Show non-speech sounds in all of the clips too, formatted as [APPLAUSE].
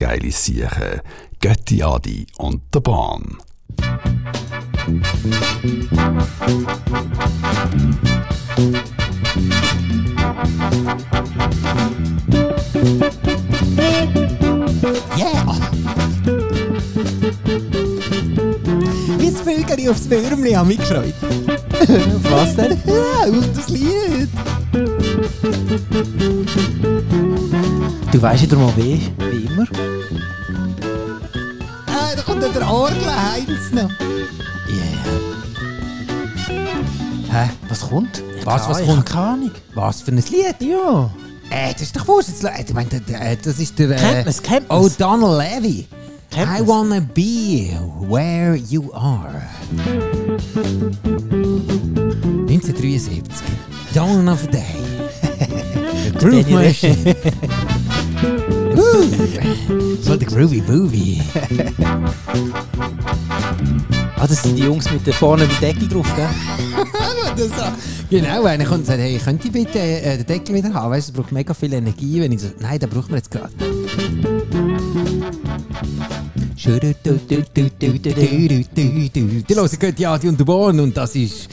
geile Siechen, Götti Adi und der Bahn. Yeah! Wie das Vögel aufs Würmli habe mich [LAUGHS] gefreut. Auf was denn? Ja, auf das Lied! Du weißt ja mal wie, wie immer. Ah, da kommt ja der Orgel Heinz noch. Yeah. Hä? Was kommt? Was, was kommt? Keine Ahnung. Was für ein Lied? Ja. Äh, das ist doch wurscht. Jetzt- äh, Ich meine, der- der- äh, das ist der... Äh, Kennt man's, kennt Oh, man's. Donald Levy. Kennt I man's. wanna be where you are. 1973. Dawn of the Day. Groove Danny Lee. Machine. Woo. So der Groovy Boovy. Ah, das sind die Jungs mit der vorne dem Deckel drauf, gell? Das so. Genau, einer kommt und sagt, hey, könnt ihr bitte äh, den Deckel wieder haben? Weißt du, es braucht mega viel Energie. Wenn ich so, nein, den braucht man jetzt gerade. Die hören Götti Adi und der Bohnen und das ist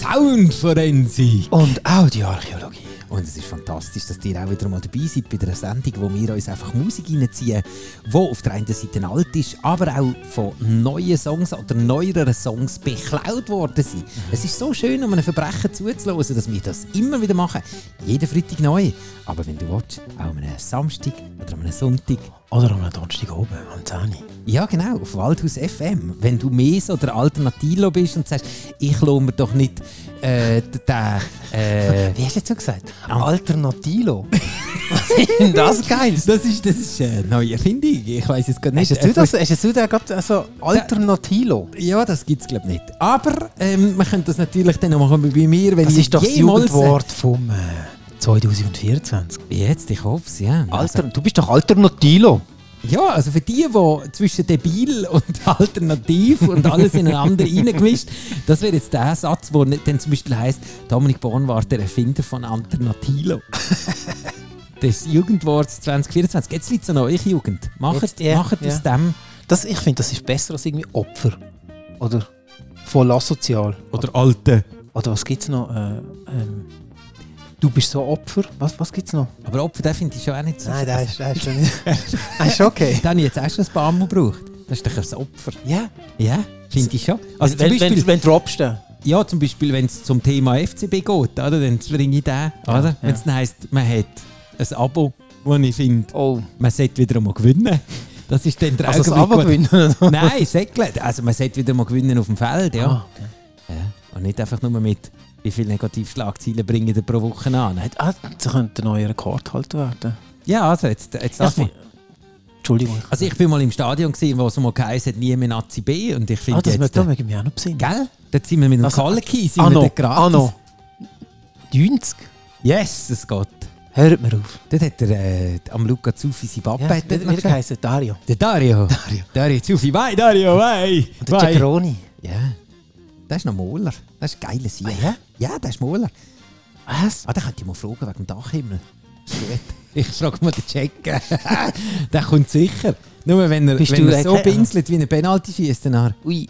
Soundforensik. Und Audioarchäologie. Und es ist fantastisch, dass ihr auch wieder mal dabei seid bei einer Sendung, wo wir uns einfach Musik reinziehen, die auf der einen Seite alt ist, aber auch von neuen Songs oder neueren Songs beklaut worden sind. Es ist so schön, um einem Verbrechen zuzuhören, dass wir das immer wieder machen. Jeden Freitag neu. Aber wenn du willst, auch an einem Samstag oder an einem Sonntag. Oder am Donnerstag oben, am 10. Ja, genau, auf Waldhaus FM. Wenn du mehr so der Alternatilo bist und sagst, ich lohne mir doch nicht äh, den. Äh, Wie hast du jetzt so gesagt? [LAUGHS] Alternatilo. was ist [LAUGHS] denn das geil? Das ist, das ist eine neue Erfindung. Ich weiß jetzt gar nicht. Hast du das, hast du das gerade so Alternatilo? Ja, das gibt es glaube ich nicht. Aber ähm, man könnte das natürlich dann noch machen bei mir, wenn Das ich ist doch das jemals- Jugendwort vom äh, Also, 2024. Jetzt, ich hoffe es, ja. Alter, du bist doch Alternatilo. Also, Ja, also für die, die zwischen debil und [LAUGHS] alternativ und alles ineinander reingemischt, das wäre jetzt der Satz, der nicht- dann zum Beispiel heisst, Dominik Born war der Erfinder von [LAUGHS] Alternatilo. Das Jugendwort 2024. Jetzt liegt es an euch, Jugend. Macht, Jetzt, ja, macht aus dem Das, ich finde, das ist besser als irgendwie Opfer. Oder voll asozial. Oder alte. Oder was gibt es noch? Äh, ähm, du bist so Opfer. Was, was gibt es noch? Aber Opfer, den finde ich schon auch nicht so das ist, das ist, [LAUGHS] das Ah, ist okay. Den habe ich jetzt auch schon ein paar Mal gebraucht. Das ist doch ein Opfer. Ja, Ja, finde ich schon. Also also zum wenn, Beispiel, wenn, wenn du droppst. dann. ja, zum Beispiel, wenn es zum Thema FCB geht, oder, dann bringe ich den. oder? ja. Wenn es dann heisst, man hat ein Abo, das ich finde, Oh, man sollte wieder mal gewinnen. Das ist dann der also das Augenblick, Abo wo- gewinnen. [LAUGHS] Nein, Säckle. Also man sollte wieder mal gewinnen auf dem Feld, ja. Ah, okay. ja. Und nicht einfach nur mit, wie viele Negativschlagzeilen bringen ihr pro Woche an. Ah, das könnte ein neuer Rekordhalter werden. Ja, also jetzt, jetzt das mal. Ich- Entschuldigung. Also ich bin mal im Stadion gesehen, wo es mal geheißen hat, nie mehr Nazi B und ich finde ah, das jetzt, möchte da mögen wir auch noch besinnen. gell? Dort sind wir mit dem Also, Kalki, sind wir Anno, dort gratis. Anno. 90. Yes, es geht. Hört mir auf. Dort hat er äh, am Luca Zuffi sein Papa hat dort noch wie gesagt. heisst [LAUGHS] Dario. Der Dario. Dario. Dario Zuffi. Bye Dario, bye. Und der Cecroni. Ja. Das ist noch Moller. Das ist geile Sieg. Ah, ja? Ja, das ist Moller. Was? Ah, den könnte ich mal fragen wegen dem Dachhimmel. Ist gut. [LAUGHS] Ich frage mal den Check. [LAUGHS] der kommt sicher. Nur wenn er, Bist wenn du er so erklärt? pinselt wie ein Penalty schießt, dann... er- Ui,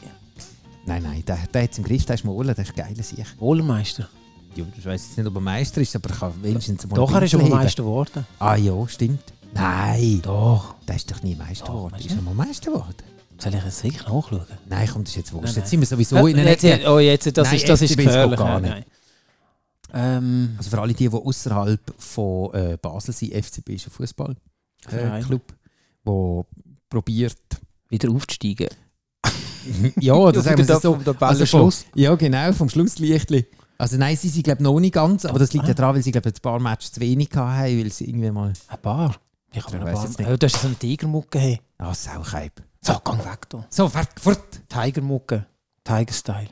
Nein, nein, der, der hat es im Griff, der ist Moller, der ist geile Sieg. Wohlmeister. Ja, ich weiß jetzt nicht, ob er Meister ist, aber er kann wenigstens mal Doch, er einen ist schon Pinsel heben. Meister geworden. Ah ja, stimmt. Nein. Doch. Der ist doch nie Meister Doch, geworden. meinst Ist er mal Meister geworden? Soll ich jetzt sicher nachschauen? Nein, komm, das ist jetzt wurscht. Nein, Jetzt nein. sind wir sowieso in einer jetzt, Ecke. oh, jetzt, das Nein, ist, das ist FCB ist gefährlich. gar Nein, nein. Ähm, Also für alle die, die außerhalb von äh, Basel sind, FCB ist ein Fußballclub, äh, Verein. Club, wo [LAUGHS] probiert. wieder aufzusteigen. ja, das sagen wir Wieder so. vom- vom Also vom, Schluss. ja, genau, vom Schlusslichtli. Also nein, sie sind glaube ich noch nicht ganz, aber das liegt Ah. ja daran, weil sie glaube ich ein paar Matches zu wenig hatten, weil sie irgendwie mal... Ein paar. Ich habe Ich ein weiss paar. jetzt nicht. Oh, du hast so eine Tigermucke. Hey. Ah, Saukeib. So, geh weg da. So, fort, fort! Tigermucke. Tiger-Style.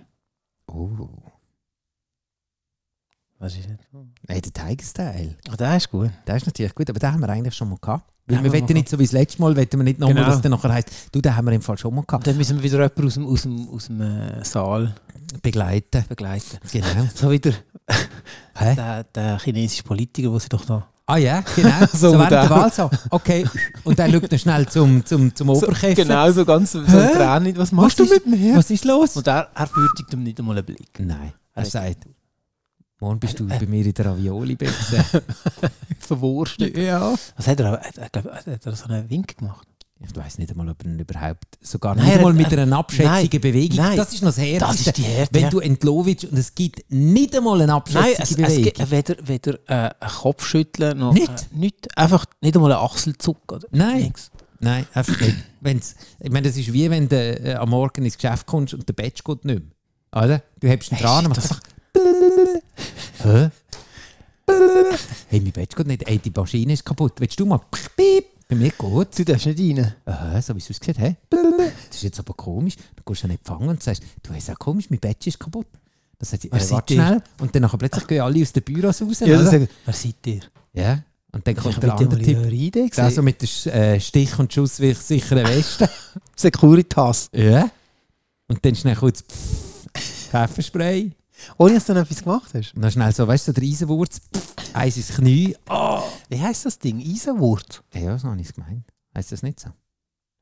Oh, Was ist das? nein, der Tiger-Style. Oh, der ist gut. Das ist natürlich gut, aber den haben wir eigentlich schon mal gehabt. Weil wir Den haben wir wollen mal nicht so wie das letzte Mal, wollen wir nicht nochmal, Genau. dass es dann nachher heisst, du, den haben wir im Fall schon mal Und gehabt. dann müssen wir wieder jemanden aus dem, aus dem, aus dem äh, Saal Begleiten. begleiten. Genau. [LAUGHS] So wieder Hä? der, der chinesische Politiker, der sie doch da Ah ja, [LAUGHS] genau. So So, während modell. der Wahl so. Okay. Und dann schaut er schnell zum, zum, zum So, Oberkäfer. genau, so ganz so Hä? Tränen. Was Was machst du ist- mit mir? Was ist los? Und er, er würdigt ihm nicht einmal einen Blick. Nein. Er sagt, morgen bist du bei mir in der Ravioli-Büchse. [LAUGHS] Verwurstet. ja. Was hat er auch? Hat, er, glaub, hat er so einen Wink gemacht? Ich weiß nicht einmal, ob er ihn überhaupt sogar Nein, nicht er- einmal mit er- einer abschätzigen nein, Bewegung. nein. das ist noch das Härteste. Das ist die Härte, Wenn ja. du entlohnt wirst und es gibt nicht einmal eine abschätzige Nein, es, es Bewegung. gibt weder, weder äh, ein Kopfschütteln noch Nicht? Äh, nicht. Einfach nicht einmal einen Achselzuck. Oder? Nein. Nix. Nein, einfach [CLEARS THROAT] nicht. Wenn's, ich meine, das ist wie wenn du äh, am Morgen ins Geschäft kommst und der Badge geht nicht mehr. Oder? Du hebst ihn Hey, dran und shit, machst das- einfach... Hä? hey, mein Badge geht nicht. Ey, die Maschine ist kaputt. Willst du mal... Piep. Bei mir geht Du darfst nicht rein. Aha, so wie es aussieht, hä? Das ist jetzt aber komisch. Dann gehst du an den Empfang und sagst, du hast auch komisch, mein Badge ist kaputt. Dann sagt sie, Wer äh, seid warte ihr? schnell. Und dann nachher plötzlich gehen alle aus den Büros raus. Ja, oder? das Wer seid ihr? ja. Und dann Ich kommt habe der andere Typ. mit dem Der so gesehen. mit der Sch- äh, Stich- und Schusssicheren Weste. Securitas. Ja. Und dann schnell kurz pff, Pfefferspray. Ohne dass du dann etwas gemacht hast. Und dann schnell so, weißt du, so der Eisenwurz, pff, eins ins Knie. Ah! Wie heisst das Ding? Eisenwurt? Ja, ja, so habe ich es gemeint. Heißt das nicht so?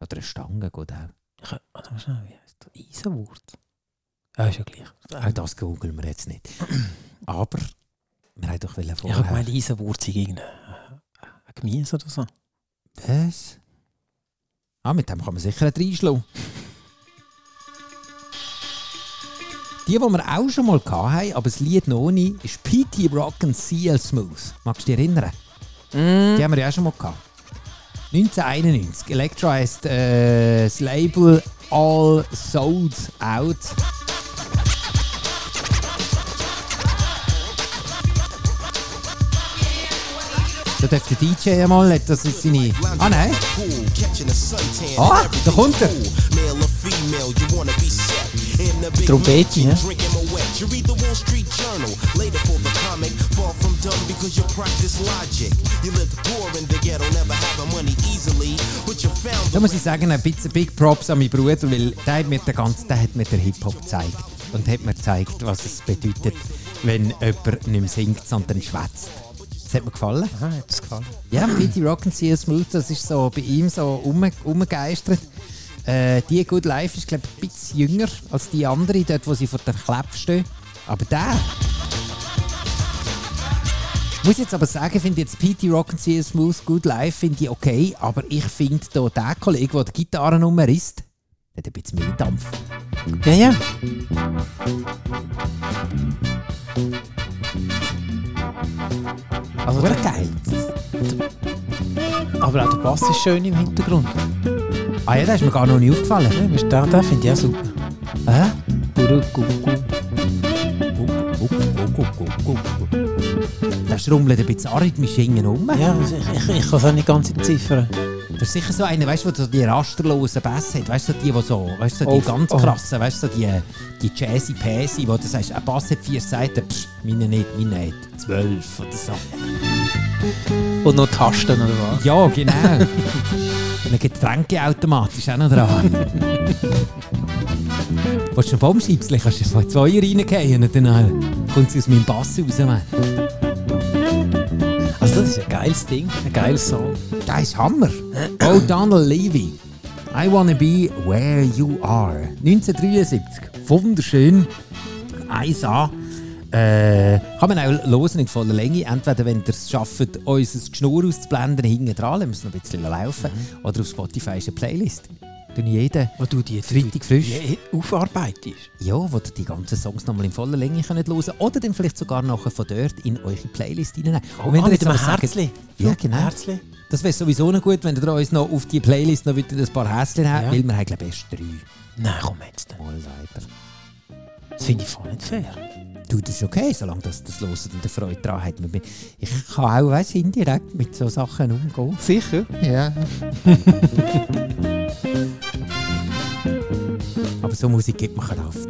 Oder eine Stange geht auch. Ich, warte mal schnell, wie heisst das? Eisenwurt? Ja, ist ja gleich. Auch Äh, das googeln wir jetzt nicht. Aber wir haben doch wollen Ich habe vorher... gemeint, Eisenwurt sei irgendein äh, ein Gemüse oder so. Was? Ah, mit dem kann man sicher einen reinschlagen. Die, die wir auch schon mal hatten, aber das Lied noch nie, ist P.T. Rock and CL Smooth. Magst du dich erinnern? Die haben wir ja auch schon mal gehabt. 1991. Elektra heißt äh, das Label All Sold Out. Da dürfte der DJ einmal, hat das ist seine. Ah nein! cool, catching a suntan. Ah, da kommt er. Cool, male or female, you wanna be set. In the big Trompetje, mansion, hè? drink him away. You read the Wall Street Journal, later for the comic. Far from dumb because you practice logic. You live poor in the ghetto, never having money easily. But you found Da muss ich sagen, ein bisschen Big Props an meinen Bruder, weil der hat mir den ganzen der hat mir den Hip-Hop gezeigt. Und hat mir gezeigt, was es bedeutet, wenn jemand nicht mehr singt, sondern schwätzt. Das hat mir gefallen. Ah, hat es gefallen. Ja, Pity Rock and See Smooth, das ist so bei ihm so um, umgegeistert. Äh, die Good Life ist, glaube ich, ein bisschen jünger als die andere, dort, wo sie vor der Klebe stehen. Aber der. Ich muss jetzt aber sagen, ich finde jetzt Pity Rock and See Smooth, Good Life finde ich okay, aber ich finde da den Kollegen, der die Gitarre rumrisst, der hat ein bisschen mehr Dampf. Ja, ja. Also Aber der, geil. aber auch der Bass ist schön im Hintergrund. Ah ja, der ist mir gar noch nie aufgefallen. Ja, weißt du, den, den finde ich auch super. Hä? Burukuku. Der schrummelt ein bisschen arrhythmisch hinten rum. Ja, also ich, ich, ich kann es auch nicht ganz entziffern. Das ist sicher so einer, weißt du, der so die rasterlosen Bässe hat, weißt du, die, die so, weißt du, die Oh, ganz oh. krassen, weißt du, die, die jazzy Päsi, wo du sagst, ein Bass hat vier Seiten, pst, meine nicht, meine hat zwölf oder so. Und noch Tasten oder was? Ja, genau. [LAUGHS] Und ein Getränkeautomat ist auch noch [LAUGHS] dran. Willst du noch Baumschiebsel? Kannst du zwei, zwei reingehen und dann kommt sie aus meinem Bass raus, Mann. Also das ist ein geiles Ding, ein geiles Song. Das ist Hammer. Oh, Donald Levy. I wanna be where you are. 1973. Wunderschön. 1A. Äh, kann man auch hören in voller Länge. Entweder, wenn ihr es schafft, unser Geschnur auszublenden, hinten dran, lassen wir es noch ein bisschen laufen. Mhm. Oder auf Spotify ist eine Playlist. Tun ich jeden, Wo du die jetzt Freitag frisch. je- aufarbeitest. ja, wo ihr die ganzen Songs nochmal in voller Länge könnt hören könnt. Oder dann vielleicht sogar nachher von dort in eure Playlist reinnehmen. Und ah, ihr mit jetzt einem aber sagt- Herzli. Ja, genau. Herzli. Das wäre sowieso noch gut, wenn ihr uns noch auf die Playlist noch wieder ein paar Häschen habt, Ja. weil wir haben, glaube ich, erst drei Nein, komm jetzt. Mal leider. Das finde ich voll nicht fair. Du, das ist okay, solange das das hört und der Freude daran hat. Wir- Ich kann auch, weiss, indirekt mit so Sachen umgehen. Sicher? Ja. Aber so Musik gibt mir Kraft.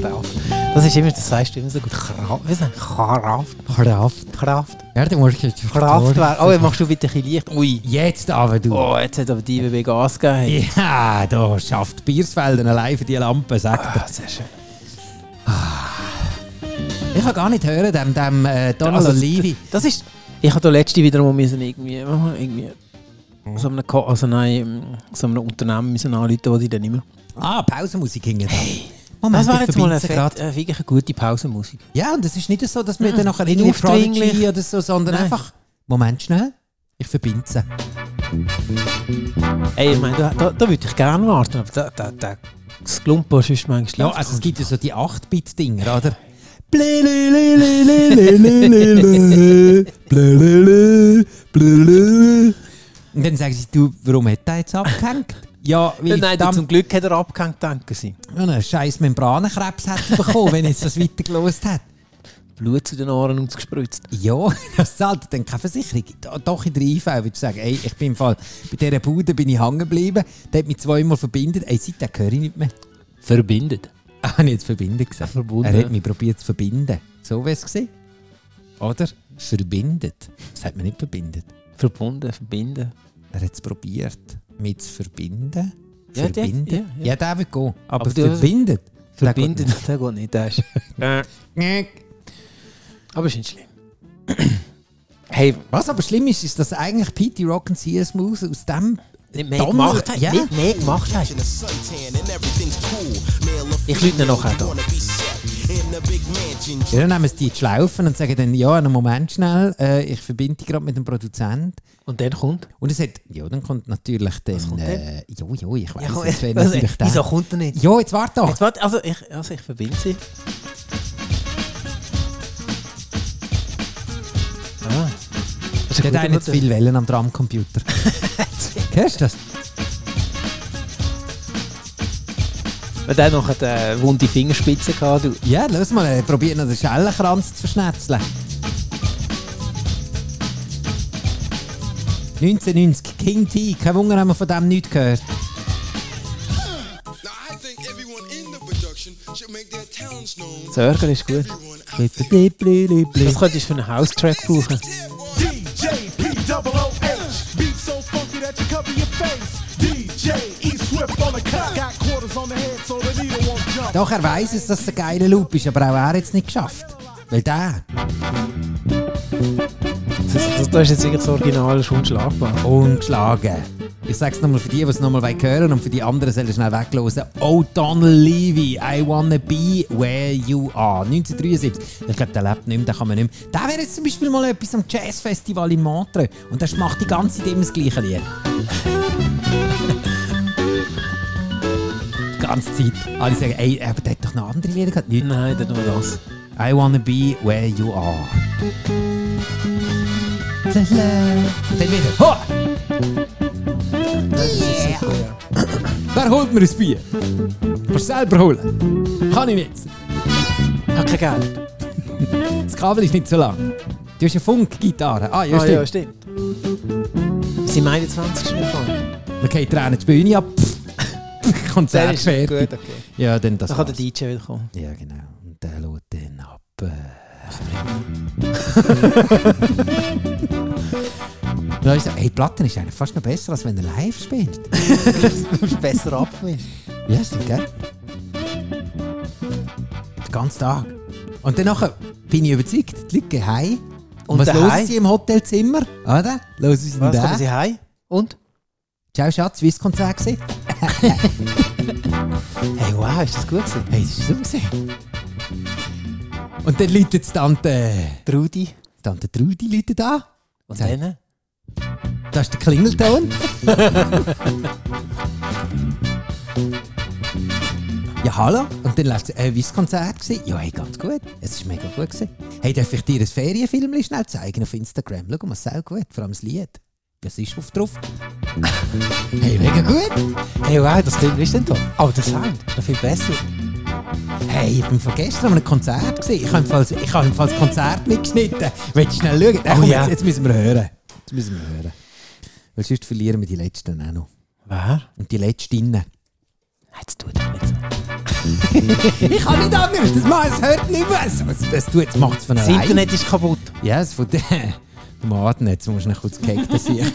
Kraft. Das ist immer, das sagst du immer so gut. Kraft. Wie sagt Kraft? Kraft. Kraft. Ja, dann musst du jetzt Kraftwerk. Oh, jetzt machst du wieder ein bisschen Licht. Ui. Jetzt aber, du. Oh, jetzt hat aber die IWB Gas gegeben. Ja, da schafft Biersfelden allein für die Lampe, sagt er. Ah, sehr schön. Ich ich kann gar nicht hören, dem, dem äh, Donald Also, Levy. Das ist. Ich habe da letzte wiederum müssen irgendwie, irgendwie so einem, Ko- also nein, so einem Unternehmen müssen anrufen, wo sie dann immer. Ah, Pausenmusik hingen. Hey, Das war ich jetzt mal eine, verbinde sie grad. fett, äh, wirklich eine gute Pausenmusik. Ja, und es ist nicht so, dass wir Mhm. dann nachher Nicht irgendwie aufdringlich. Prodigy oder so, sondern Nein. einfach, Moment schnell, ich verbinde sie. Ey, ich meine, da, da, da würde ich gerne warten, aber da, da, da, das Klumpen ist manchmal Ja, schlecht. also es gibt ja so die 8-Bit-Dinger, [LAUGHS] oder? Blelelelelelelelele, blelele, blelele. Und dann sagen sie, du, warum hat der jetzt abgehängt? Ja, weil Nein, ich du, zum dann Glück hat er abgehängt, denken sie. einen scheiß Membranenkrebs hätte bekommen, wenn ich das weitergelost hätte. Blut zu den Ohren und gespritzt. Ja, [LAUGHS] das zahlt dann keine Versicherung. Do- Doch in der IV würde ich sagen, ey, ich bin im Fall, bei dieser Bude bin ich hängen geblieben, der hat mich zweimal verbindet, ey, seitdem höre ich nicht mehr. [LAUGHS] Verbindet. Ah, habe ich jetzt verbinden gesagt. Verbunden. Er hat mich probiert zu verbinden. So wäre es gewesen. Oder? Verbindet. Das hat man nicht verbindet. Verbunden, verbinden. Er hat es probiert, mich zu verbinden. Ja, der- verbinden. ja, ja. der will gehen. Aber, Aber du- verbindet. Der geht Verbinden, [LAUGHS] der geht nicht. Der ist. [LAUGHS] nicht. aber ist nicht schlimm. hey, Was aber schlimm ist, ist, dass eigentlich Petey Rock und CS Mouse aus dem nicht mehr Donner- gemacht hast. Ja. Nicht mehr gemacht hast. in a suntan and everything's cool. Male or Ich lüte ihn female, nachher you da. wanna be set in a big mansion. Ja, dann nehmen sie die zu schlaufen und sagen dann, ja, einen Moment schnell, äh, ich verbinde dich gerade mit dem Produzent. Und dann kommt. Und es hat, ja, dann kommt natürlich dann, kommt dann? äh, ja, ja, ich weiß [LAUGHS] Ja, es, wäre also, natürlich der. wieso kommt er nicht? Ja, jetzt warte doch. Jetzt warte, also ich, also ich verbinde sie. Ah. Das ist Der ein hat guter auch nicht zu Note. viel Wellen am [LAUGHS] Tramcomputer. Hörst du das? Wenn der noch eine äh, wunde Fingerspitze hatte, du. Ja, lass mal, äh, probier noch den Schellenkranz zu verschnetzeln. 1990, King T, kein Wunder haben wir von dem nichts gehört. Now I think everyone in the production should make their talents known. Das Orgel ist gut. Everyone out Das könntest du für einen House-Track brauchen. there wants DJ P-O-O-H Beat so funky that you cover your face DJ E-Swift on the cut Got quarters on the head so the needle won't jump Doch, er weiss es, dass es ein geiler Loop ist, aber auch er hat es nicht geschafft. Weil der... Das, das, das ist jetzt wirklich das Original, ist unschlagbar. Ungeschlagen. Ich sag's nochmal für die, die es nochmal hören wollen, und für die anderen sollen schnell weglosen. Oh, Donald Levy, I wanna be where you are. 1973. Ich glaube, der lebt nicht mehr, den kann man nicht mehr. Der wäre jetzt zum Beispiel mal etwas am Jazzfestival in Montreux. Und der macht die ganze Zeit immer das gleiche Lied. die ganze Zeit. Alle sagen, ey, aber der hat doch noch andere Lieder gehabt. Nicht. Nein, dann nur das. I wanna be where you are. Und dann wieder. Ho! [CLEARS THROAT] Wer holt mir ein Bier? Kannst du selber holen. Kann ich nicht. Ich habe kein Geld. Das Kabel ist nicht so lang. Du hast eine Funkgitarre. Ah, ja, Ah, ja, stimmt. stimmt. Wir sind im 21. Jahrhundert. Dann geht Tränen die Bühne [LAUGHS] ab. Konzert fertig. Gut, okay. Ja, dann das Dann kann der war's. DJ wieder kommen. Ja, genau. Und der lädt dann ab. äh, Da ist, hey, die Platte ist eigentlich fast noch besser, als wenn er live spielt. Du bist besser abgemischt. Ja, stimmt, gell? Den ganzen Tag. Und dann nachher bin ich überzeugt, die Leute gehen heim. Und Und was daheim? hören sie im Hotelzimmer? Oder? Hören sie denn Was, kommen da? sie heim? Und? Ciao Schatz, wie war das Konzert? [LAUGHS] gewesen? Hey, wow, ist das gut gewesen? Hey, das war so. gewesen. Und dann läutet die Tante, äh, Die Rudi. die Tante Trudi läutet an. Und Sag- dann? Das ist der Klingelton. ja, hallo. Und dann lässt sie, äh, wie war das Konzert? Gewesen? Ja, hey, ganz gut. Es war mega gut. Gewesen. Hey, darf ich dir ein Ferienfilm schnell zeigen auf Instagram? Schau mal, sehr gut. Vor allem das Lied. Was ist auf drauf? [LAUGHS] hey, mega gut. Hey, wow, das Film ist denn da. Aber der Sound ist noch viel besser. Hey, ich bin von gestern an einem Konzert. Gewesen. Ich habe jedenfalls, ich habe jedenfalls das Konzert mitgeschnitten. Willst du schnell schauen? Nein, Oh komm, ja. jetzt, jetzt müssen wir hören. Jetzt müssen wir hören. Weil sonst verlieren wir die Letzten auch noch. Wer? Und die Letztinnen. Nein, jetzt tut er nicht so. Ich kann nicht anders, das Mann, es hört nicht mehr. Es, es, es, tut- es macht es von Das allein. Internet ist kaputt. Ja, es von der... Vom Atem, jetzt musst du noch kurz gehackt [LAUGHS] sein.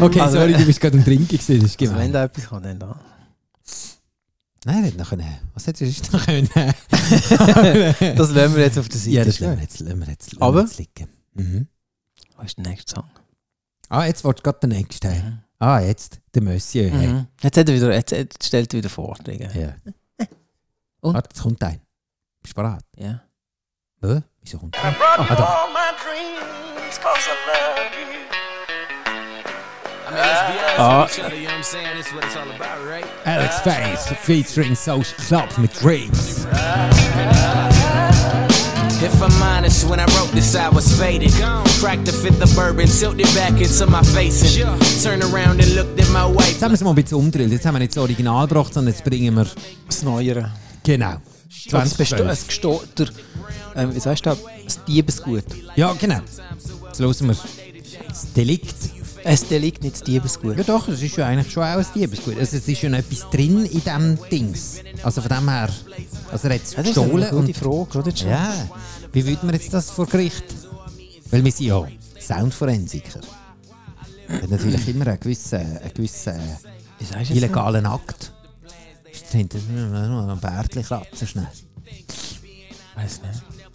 okay, Also- [LAUGHS] sorry, du bist gerade am Trinken gewesen, das ist Also, wenn gemein. da etwas kann, dann da. Nein, er hätte noch können. Was hätte er sonst noch können? [LAUGHS] [LAUGHS] Das lassen wir jetzt auf der Seite. ja, das stehen. lassen wir jetzt, lassen wir jetzt, lassen Aber? wir jetzt liegen. Mhm. Was ist der nächste Song? Ah, jetzt wird gerade der nächste. haben. Ah, jetzt der Monsieur. Mhm. Jetzt, hat er wieder, jetzt, jetzt stellt er wieder Forderungen. Hey. Ja. Und? Ah, jetzt kommt ein. Bist du bereit? Ja. Hä? Wieso kommt ein? Ah, da. Ah, Alex Face featuring Social Club mit Dreams. If I'm honest, when I wrote this, I was faded. Cracked the fifth of bourbon, tilted back into my face, and turned around and looked at my wife. Jetzt haben wir es mal ein bisschen umgedreht. Jetzt haben wir nicht das Original gebracht, sondern jetzt bringen wir. das Neuere. Genau. Das beste- 2012. Es besteht der, ähm, wie sagst du, das? das Diebesgut. Ja, genau. Jetzt hören wir das Delikt. Es liegt nicht das Ja Diebesgut. doch, es ist ja eigentlich schon auch ein Diebesgut. Also es ist ja noch etwas drin in diesem Dings. Also von dem her, also er hat es Das ist eine gestohlen gute und... Frage, oder? Jim? Ja, wie würde man jetzt das vor Gericht? Weil wir sind ja Soundforensiker. Hat natürlich immer einen gewissen, einen gewissen Wie sagst du jetzt? das? illegalen Akt. Ist hinter einem Bärtchen kratzen schnell. Weiss ne? nicht.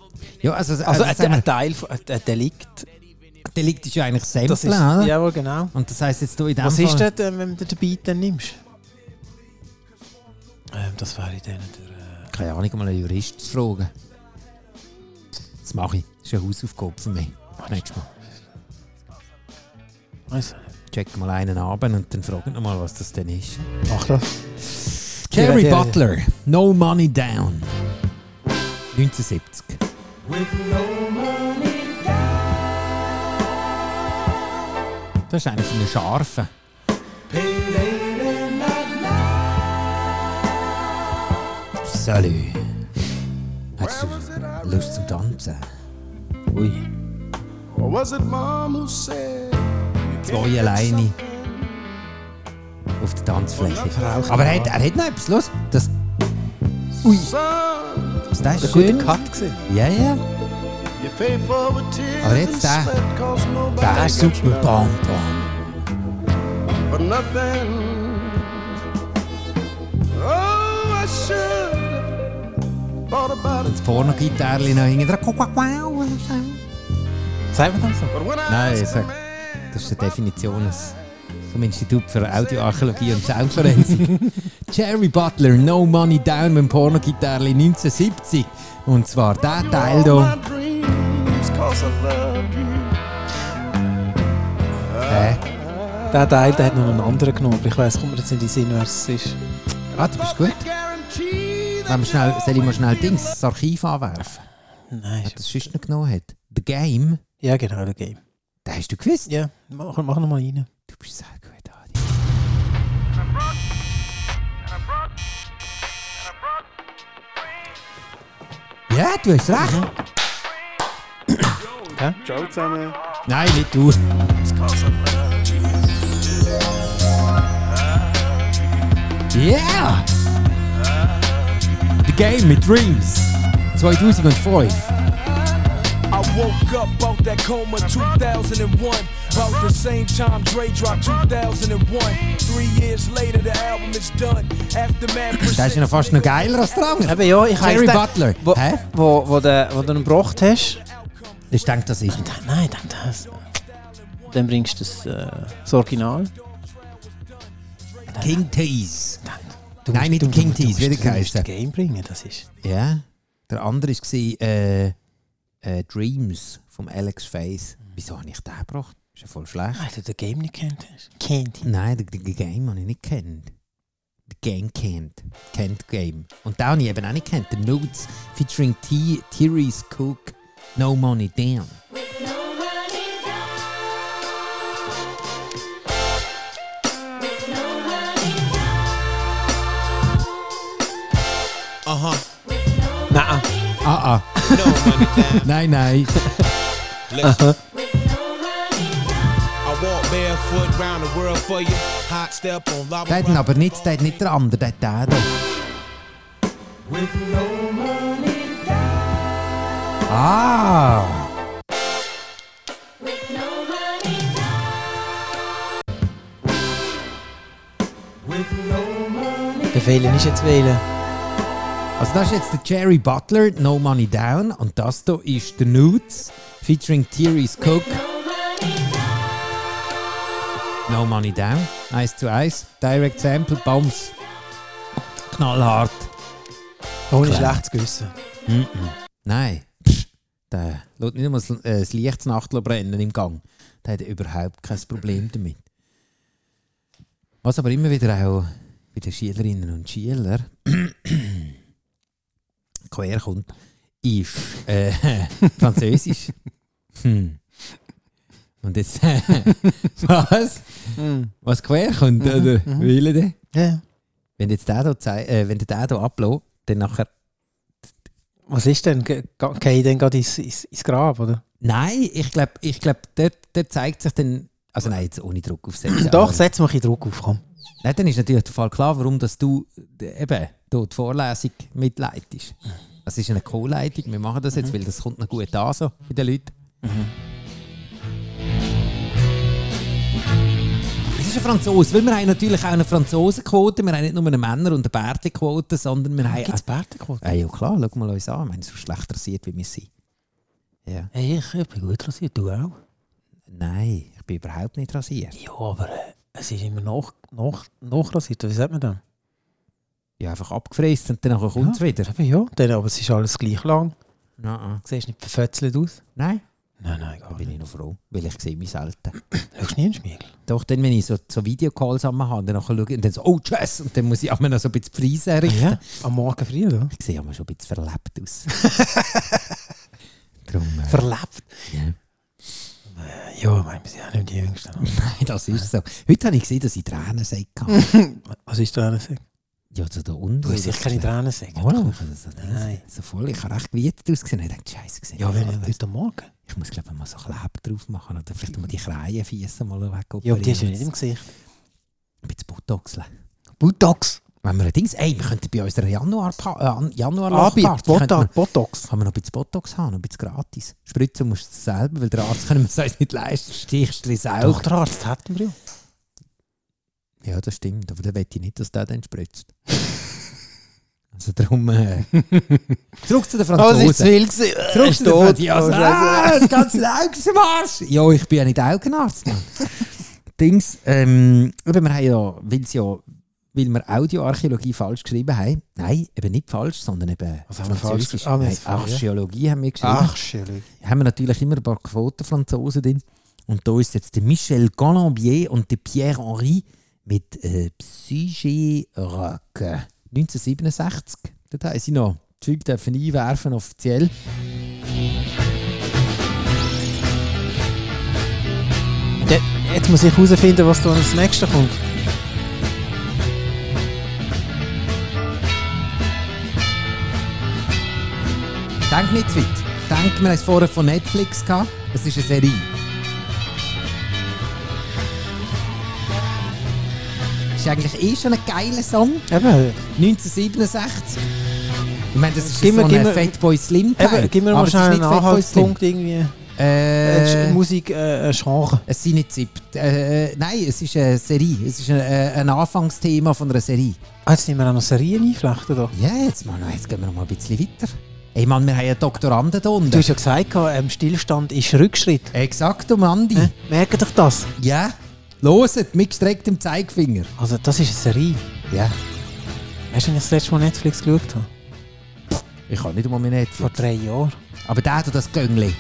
Ja, also, Also also, ein, also ein Teil, von- ein ein Delikt. Delikt ist ja eigentlich Das Samplen, ist, oder? jawohl, genau. Und das heisst jetzt du in dem Was Fall... ist das, ähm, wenn du den Beat dann nimmst? Ähm, das wäre dann der... Keine Ahnung, um mal einen Jurist zu fragen. Das mache ich. Das ist eine Hausaufgabe für mich. Nächstes Mal. Äh, also, Check mal einen Abend und dann fragt nochmal, was das denn ist. mach das. Jerry Ja, der- Butler, No Money Down. 1970. Das ist einer von den Scharfen. Salut. Hättest du Lust zum Tanzen? Ui, Or was it mom who said? zwei alleine auf der Tanzfläche. Aber er hat, er hat noch etwas, los. Das, Son, das ist Guter schön. Cut gesehen. Ja, ja. you pay for with tears Aber jetzt and der. sweat, 'cause nobody Der ist gets super. nothing Bam, bam. For nothing. Oh, I should have thought about Und it. das Porno-Gitarre noch hinten dran. Quack, quack, quack. Sagen wir das so? But when I Nein, asked ich the sag- man, Das ist die Definition des- vom Institut für Audioarchäologie und [LAUGHS] Soundforensik. Jerry Butler, No Money Down mit dem Porno-Gitarre 1970. Und zwar der Teil all hier. my dreams, 'cause I love you. Der. Der Teil der hat noch einen anderen genommen, aber ich weiss, kommt mir jetzt in den Sinn, wer es ist. Ah, du bist gut. Guarantee Wenn wir schnell, soll ich mal schnell Dings, das Archiv anwerfen? Nein. Das sonst nicht genommen hat. The Game, Ja, genau, der Game. den hast du gewusst. Ja, mach, mach nochmal rein. Du bist sehr gut, Adi. Ja, du hast recht. Okay. Ciao zusammen. Nein, nicht du. Yeah! The Game mit Dreams 2005. I woke up out that coma 2001. About the same time Dre dropped 2001. Three years later, the album is done. Aftermath Das ist ja noch fast noch geiler als der andere. Eben, ja, ich [LAUGHS] weiss Jerry den- Butler. Wo, Hä? wo, wo, der, wo du ihn gebracht hast. Ich denke, das ist. Da- Nein, dann das. Dann bringst du das, äh, das Original. King Tease. Du Nein, nicht du- King du- du Tease, musst- wie der Du musst heisst. das Game bringen, das ist. Ja. Der andere war äh, äh, Dreams von Alex Face. Wieso habe ich den gebracht? Ist ja voll schlecht. Weil du das Game nicht kennt hast. Kennt ihn. Nein, den, den Game habe ich nicht kennt. The Game kennt. Kennt Game. Und den habe ich eben auch nicht kennt. Der Nudes featuring T Therese Cook. No Money Down. Nein, Ah, ah. No money down. Nein, nein. Listen. I walk barefoot round the world for you. Hot step on lava. der hat ihn aber nicht, der hat nicht der andere, der hat den hier. Ah! Der welchen ist jetzt welcher? Also das ist jetzt der Jerry Butler, No Money Down. Und das hier ist der Nudes, featuring Thierry's Cook. No Money Down, eins zu eins, Direct Sample, Bums. Knallhart. Ohne Klar. schlechtes Gewissen. Nein, Pff, der lässt nicht einmal das, äh, das Licht nachts brennen im Gang. Der hat überhaupt kein Problem damit. Was aber immer wieder auch bei den Schülerinnen und Schülern [COUGHS] quer kommt, ist äh, [LAUGHS] Französisch. Hm. Und jetzt, [LAUGHS] was? Hm. Was quer kommt, oder? Will ich denn? Ja. Wenn du jetzt den hier zei- äh, wenn du den hier ablässt, dann nachher Was ist denn? Ge- ge- Geh ich dann gerade ins, ins, ins Grab, oder? Nein, ich glaube, ich glaub, dort, dort zeigt sich dann. Also nein, jetzt ohne Druck [CLEARS THROAT] aufsetzen. Doch, setz mal ein bisschen Druck auf, komm. Nein, dann ist natürlich der Fall klar, warum dass du d- eben hier die Vorlesung mitleitest. Das ist eine Co-Leitung, wir machen das jetzt, weil das kommt noch gut an so bei den Leuten. Es ist ein Franzose, weil wir haben natürlich auch eine Franzosenquote, wir haben nicht nur eine Männer- und eine Bärtenquote, sondern wir haben... Gibt es auch- Bärtenquote? Ah, ja klar, schau mal uns an, wir sind so schlecht rasiert, wie wir sind. Ja. Hey, ich, ich bin gut rasiert, du auch? Nein, ich bin überhaupt nicht rasiert. Ja, aber äh, es ist immer noch, noch, noch rasiert, wie sagt man das? Ja, einfach abgefräst und dann kommt es wieder. Eben ja, dann, aber es ist alles gleich lang. Nein, Du siehst nicht verfetzelt aus. Nein, Nein, nein, da gar bin ich noch froh, weil ich sehe mich selten. Schaust du nie in den Spiegel? Doch, dann, wenn ich so, so Videocalls an mir habe, dann schaue ich und dann so, oh, tschüss, und dann muss ich auch noch so ein bisschen Preise richten. Ja, am Morgen früh, oder? Ich sehe aber schon ein bisschen verlebt [LAUGHS] aus. Drum, äh, Verlebt. Ja. Ja, ich meine, wir sind auch nicht die Jüngsten. nein, das ist so. Heute habe ich gesehen, dass ich Tränen hatte. [LAUGHS] Was ist Tränensäge? ja, zu da unten. Du hast sicher keine Tränensäge. Oh, ich habe so, Nein. so voll, ich habe recht gewietet ausgesehen. Ich dachte, scheiße, gesehen. Ja, wenn ich heute Morgen. Ich muss, glaube ich, mal so Kleber drauf machen oder vielleicht mal die Kreienfiesse mal wegoperieren. Ja, aber die hast du ja nicht im Gesicht. Ein bisschen Botoxen. Botox. Wenn wir ein Dings, ey, wir könnten bei unserer Januar äh, Januar Anbieter. Botox. Kann Ah, Botox. man noch ein bisschen Botox haben, noch ein bisschen gratis. Spritzen musst du es selber, weil der Arzt kann es uns nicht leisten. Stichst du es Doch, auch. der Arzt hat ihn ja. Ja, das stimmt, aber dann will ich nicht, dass der dann spritzt. [LAUGHS] also darum... Äh, zurück zu den Also, Franzosen. wild gewesen. zurück zu den tot. also, Franzosen. Ja, so, ah, das ganze Auge ist im Arsch. [LAUGHS] Ja, ich bin ja nicht Augenarzt, Mann. Dings, ähm, eben, wir haben ja, weil's ja, weil wir Audioarchäologie falsch geschrieben haben. Nein, eben nicht falsch, sondern eben Was haben wir falsch geschrieben? Ah, wir Nein, haben's falsch, ja. Ah. Archäologie haben wir geschrieben. Ach, schön. Haben wir natürlich immer ein paar Quoten Franzosen drin. Und da ist jetzt der Michel Colombier und der Pierre Henry mit äh, Psyche Rock. 1967. Dort haben sie noch. Die Zeug dürfen einwerfen, offiziell. Jetzt muss ich herausfinden, was da als nächstes kommt. Denk nicht zu weit. Denk, wir haben es vorher von Netflix gehabt. Das ist eine Serie. Ist eigentlich eh schon ein geiler Song. Eben, 1967. Ich meine, das ist Gib mir- so gib ein mir- Fatboy Slim. eben gib mir mal schnell einen Anhaltspunkt irgendwie. Äh, Äh, Musik, äh, äh, Genre. es sind nicht sieb. Äh, nein, es ist eine Serie. Es ist ein, äh, ein Anfangsthema von einer Serie. Ah, jetzt nehmen wir auch noch Serien einflechten da. Ja, jetzt, mal, jetzt gehen wir noch mal ein bisschen weiter. Ey, Mann, wir haben einen Doktoranden da Du unten. hast ja gesagt, ähm, Stillstand ist Rückschritt. Exakt, um Andi. Hä? Merkt euch das? Ja, loset mit gestrecktem Zeigefinger. Also, das ist eine Serie. Ja, Weißt du, wenn ich das letzte Mal Netflix geschaut habe? ich kann nicht einmal mehr Vor Netflix. drei Jahren. Aber der hat das Göngli.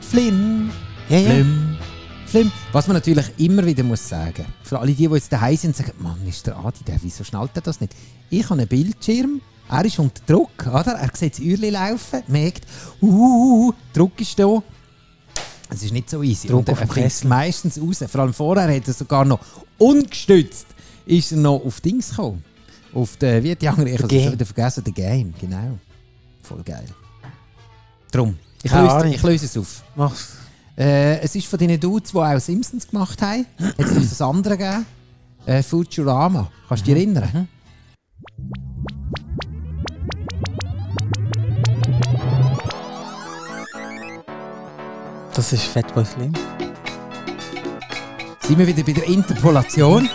Flim, Ja, ja. flim, flim. Was man natürlich immer wieder muss sagen, für alle die, die jetzt daheim sind, sagen, Mann, ist der Adi, der, wieso schnallt er das nicht? Ich habe einen Bildschirm, er ist unter Druck, oder? Er sieht das Uhrli laufen, merkt, uh, uh, uh, Druck ist da. Es ist nicht so easy. Druck Und er auf den findet es Kessel. meistens raus. Vor allem vorher hat er sogar noch ungestützt ist er noch auf Dings gekommen. Auf den, wie hat die andere, ich habe es Game. wieder vergessen, der Game, genau. Voll geil. Drum. Ich Keine löse, Ahnung. ich löse es auf. Mach's. Äh, es ist von diesen Dudes, die auch Simpsons gemacht haben. Jetzt muss es andere geben. Äh, Futurama. Kannst du dich Mhm. erinnern? Das ist Fatboy Slim. Mhm. Sind wir wieder bei der Interpolation?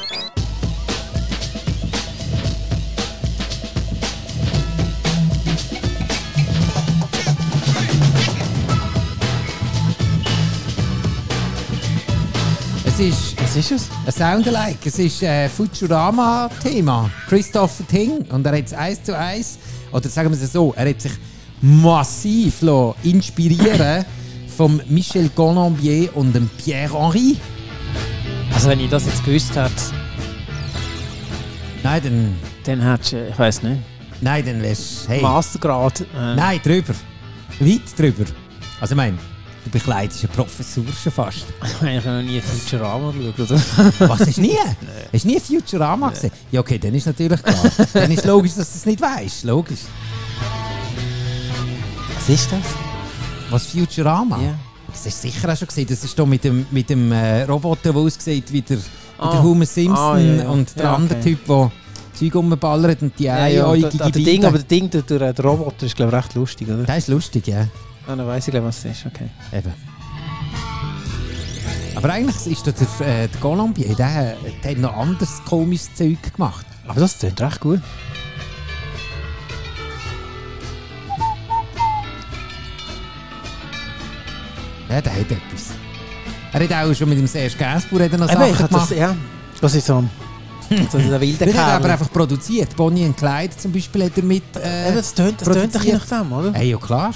Es ist Was ist es? ein Soundalike, es ist ein Futurama-Thema. Christopher Ting, und er hat es eins zu eins, oder sagen wir es so, er hat sich massiv lassen inspirieren von Michel Colombier und dem Pierre Henry. Also wenn ich das jetzt gewusst hätte, Nein, dann, dann hättest du, äh, ich weiß nicht, nein, dann wärst hey. Mastergrad. Äh, Nein, drüber. Weit drüber. Also ich meine, du bekleidest eine Professur schon fast. [LAUGHS] Ich meine, ich habe noch nie Futurama geschaut, oder? Was, hast du nie? Hast du nie Futurama gesehen? Ja okay, dann ist natürlich klar. dann ist logisch, dass du es nicht weißt. Logisch. Was ist das? Was Futurama? Ja. Das hast du sicher auch schon gesehen. Das ist doch mit dem, mit dem äh, Roboter, der aussieht wie der, wie der Ah. Homer Simpson Ah, ja, ja. und der Ja, andere okay. Typ, der Zeug rumballert und die und, einäugige und, und der Ding, aber der Ding durch den Roboter ist, glaube ich, recht lustig, oder? Das ist lustig, ja. Ah, dann weiss ich, glaube was es ist, okay. Eben. Aber eigentlich ist das der, äh, der Colombier, der, der hat noch anderes komisches Zeug gemacht. Aber das klingt recht gut. Ja, der hat etwas. Er hat auch schon mit dem Serge Gainsbourg hat er noch Eben, ich Sachen hab das, gemacht. ja. Das ist so ein, so ein wilder Er hat aber Kerl. einfach produziert. Bonnie und Clyde zum Beispiel hat er mit... Eben, Äh, das tönt, das tönt ein bisschen produziert. nach dem, oder? hey, ja klar.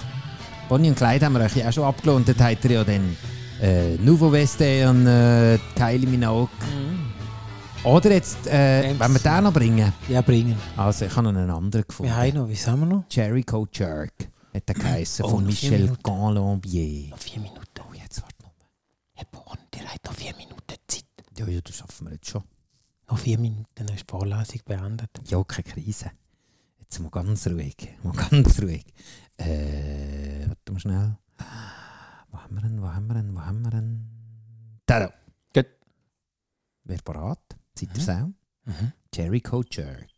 Bonnie und Clyde haben wir euch ja auch schon abgelohnt. Dort hat er ja dann äh, Nouveau Weste und äh, Kylie Minogue. Mm. Oder jetzt, äh, MC. wenn wir den noch bringen. Ja, bringen. Also, ich habe noch einen anderen gefunden. Wir haben noch, was haben wir noch? Jericho Jerk hat er geheißen Oh, von noch vier Michel Minuten. Colombier. Noch vier Minuten. Oh, jetzt warte noch. Und ihr habt noch vier Minuten Zeit. Ja, ja, das schaffen wir jetzt schon. Noch vier Minuten, dann ist die Vorlesung beendet. Ja, keine Krise. Jetzt mal ganz ruhig. Mal ganz ruhig. Äh, warte mal schnell. Wo haben wir ihn? Wo haben wir ihn? Wo haben wir ihn? Da, da. Gut. Wer parat? Seid ihr Sound? Mhm. Jericho Jerk.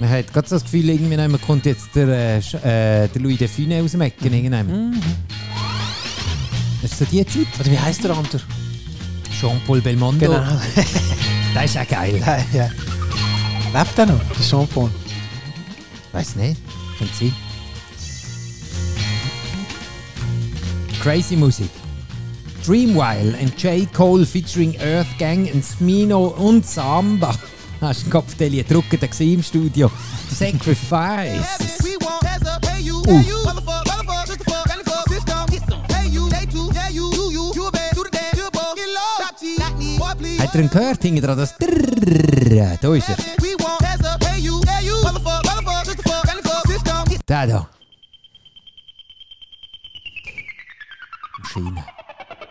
Man hat gerade so das Gefühl, irgendwie jemand kommt jetzt der, äh, Sch- äh, der Louis de Fune aus dem Ecken. Mhm. Das ist so die Zeit. Oder wie heisst der andere? Jean-Paul Belmondo. Genau. Das ist auch geil. [LAUGHS] Ja, ja. Mhm. Lebt er noch? Der Jean-Paul. Weiß nicht. Könnte sein. Crazy Musik. Dreamwile and J. Cole featuring Earth Gang and Smino und Samba. [LAUGHS] Hast du den Kopf, Deli? Drucker, der war im Studio. Sacrifice. We want heads up, pay you, pay you, motherfuck, motherfuck, took the fuck, got the fuck, this dog, this dog, hey you, they too, yeah you, you, you, you a bad, do the dance, good boy, get low, drop G, not me, boy please. Hat er ihn gehört? Hinter dran das Drrrr. Da ist er. We want heads up, pay you, yeah you, motherfuck, motherfuck, took the fuck, got the fuck, this dog, this Da, da. Maschine.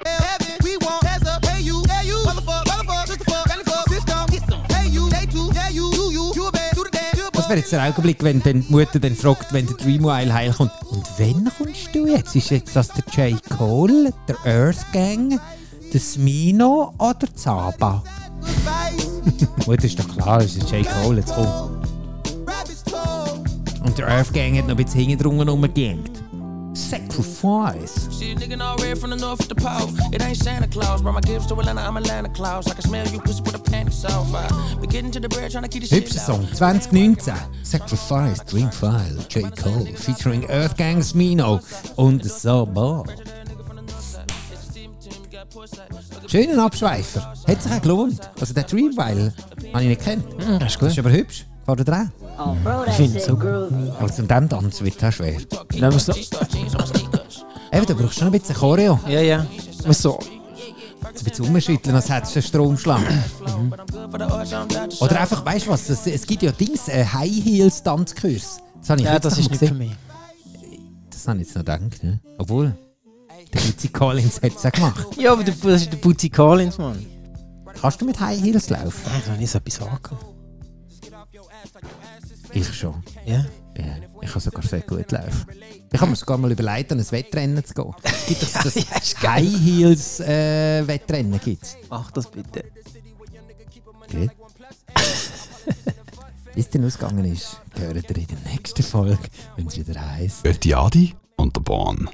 heaven. We want heads up, pay you, yeah you, motherfuck, motherfuck, took the fuck, got the fuck, this dog, this dog, hey you, they too, yeah you, you, you, you a bad, do the dance, good boy. Das wäre jetzt der Augenblick, wenn dann die Mutter dann fragt, wenn der Dreamwile heimkommt. Und wann kommst du jetzt? Ist jetzt das der J. Cole, der Earth Gang, der Smino oder die Saba? Gut, ist doch klar, es ist der J. Cole, jetzt kommt. Und der Earth Gang hat noch ein bisschen hinten drunter rumgehängt. Sacrifice. She's nigga all red from the north to the pole. It ain't Santa Claus, brought my gifts to Atlanta, I'm Atlanta Claus. I can smell you pussy with a panic sauce. I be getting to the bread, trying to keep the shit Hübscher out. Song 2019. Sacrifice, Dreamfile, J. Cole, featuring Earth Gang, Smino und Saba. Schönen Abschweifer. Hat sich auch gelohnt. Also der Dreamwile, habe ich nicht kennt. Das ist Das ist aber hübsch. Vor der Dreh. Oh, bro, that shit groovy. Aber zu dem Tanz wird es auch schwer. Nehmen wir so. Eben, du brauchst schon ein bisschen Choreo. Ja, ja. Muss So. Ein bisschen umschütteln, als hättest du einen Stromschlag. Mhm. Oder einfach, weißt du was, es, es gibt ja Dings, äh, High Heels Tanzkurs. Das habe ich Ja, jetzt das noch ist nicht gesehen. für mich. Das habe ich jetzt noch gedacht. Ne? Obwohl, der Butzi Collins hat es auch gemacht. Ja, aber der- das ist der Bootsy Collins, Mann. Kannst du mit High Heels laufen? Ich habe nicht so etwas angekommen. Ich schon. Ja. Ja, ich kann sogar sehr gut laufen. Ich habe mir sogar mal überlegt, an ein Wettrennen zu gehen. Gibt [LAUGHS] es das High Heels äh, Wettrennen? Gibt's? Mach das bitte. Gut. Wie es denn ausgegangen ist, hören ihr in der nächsten Folge, wenn es wieder heisst. Götti Adi und der Bahn.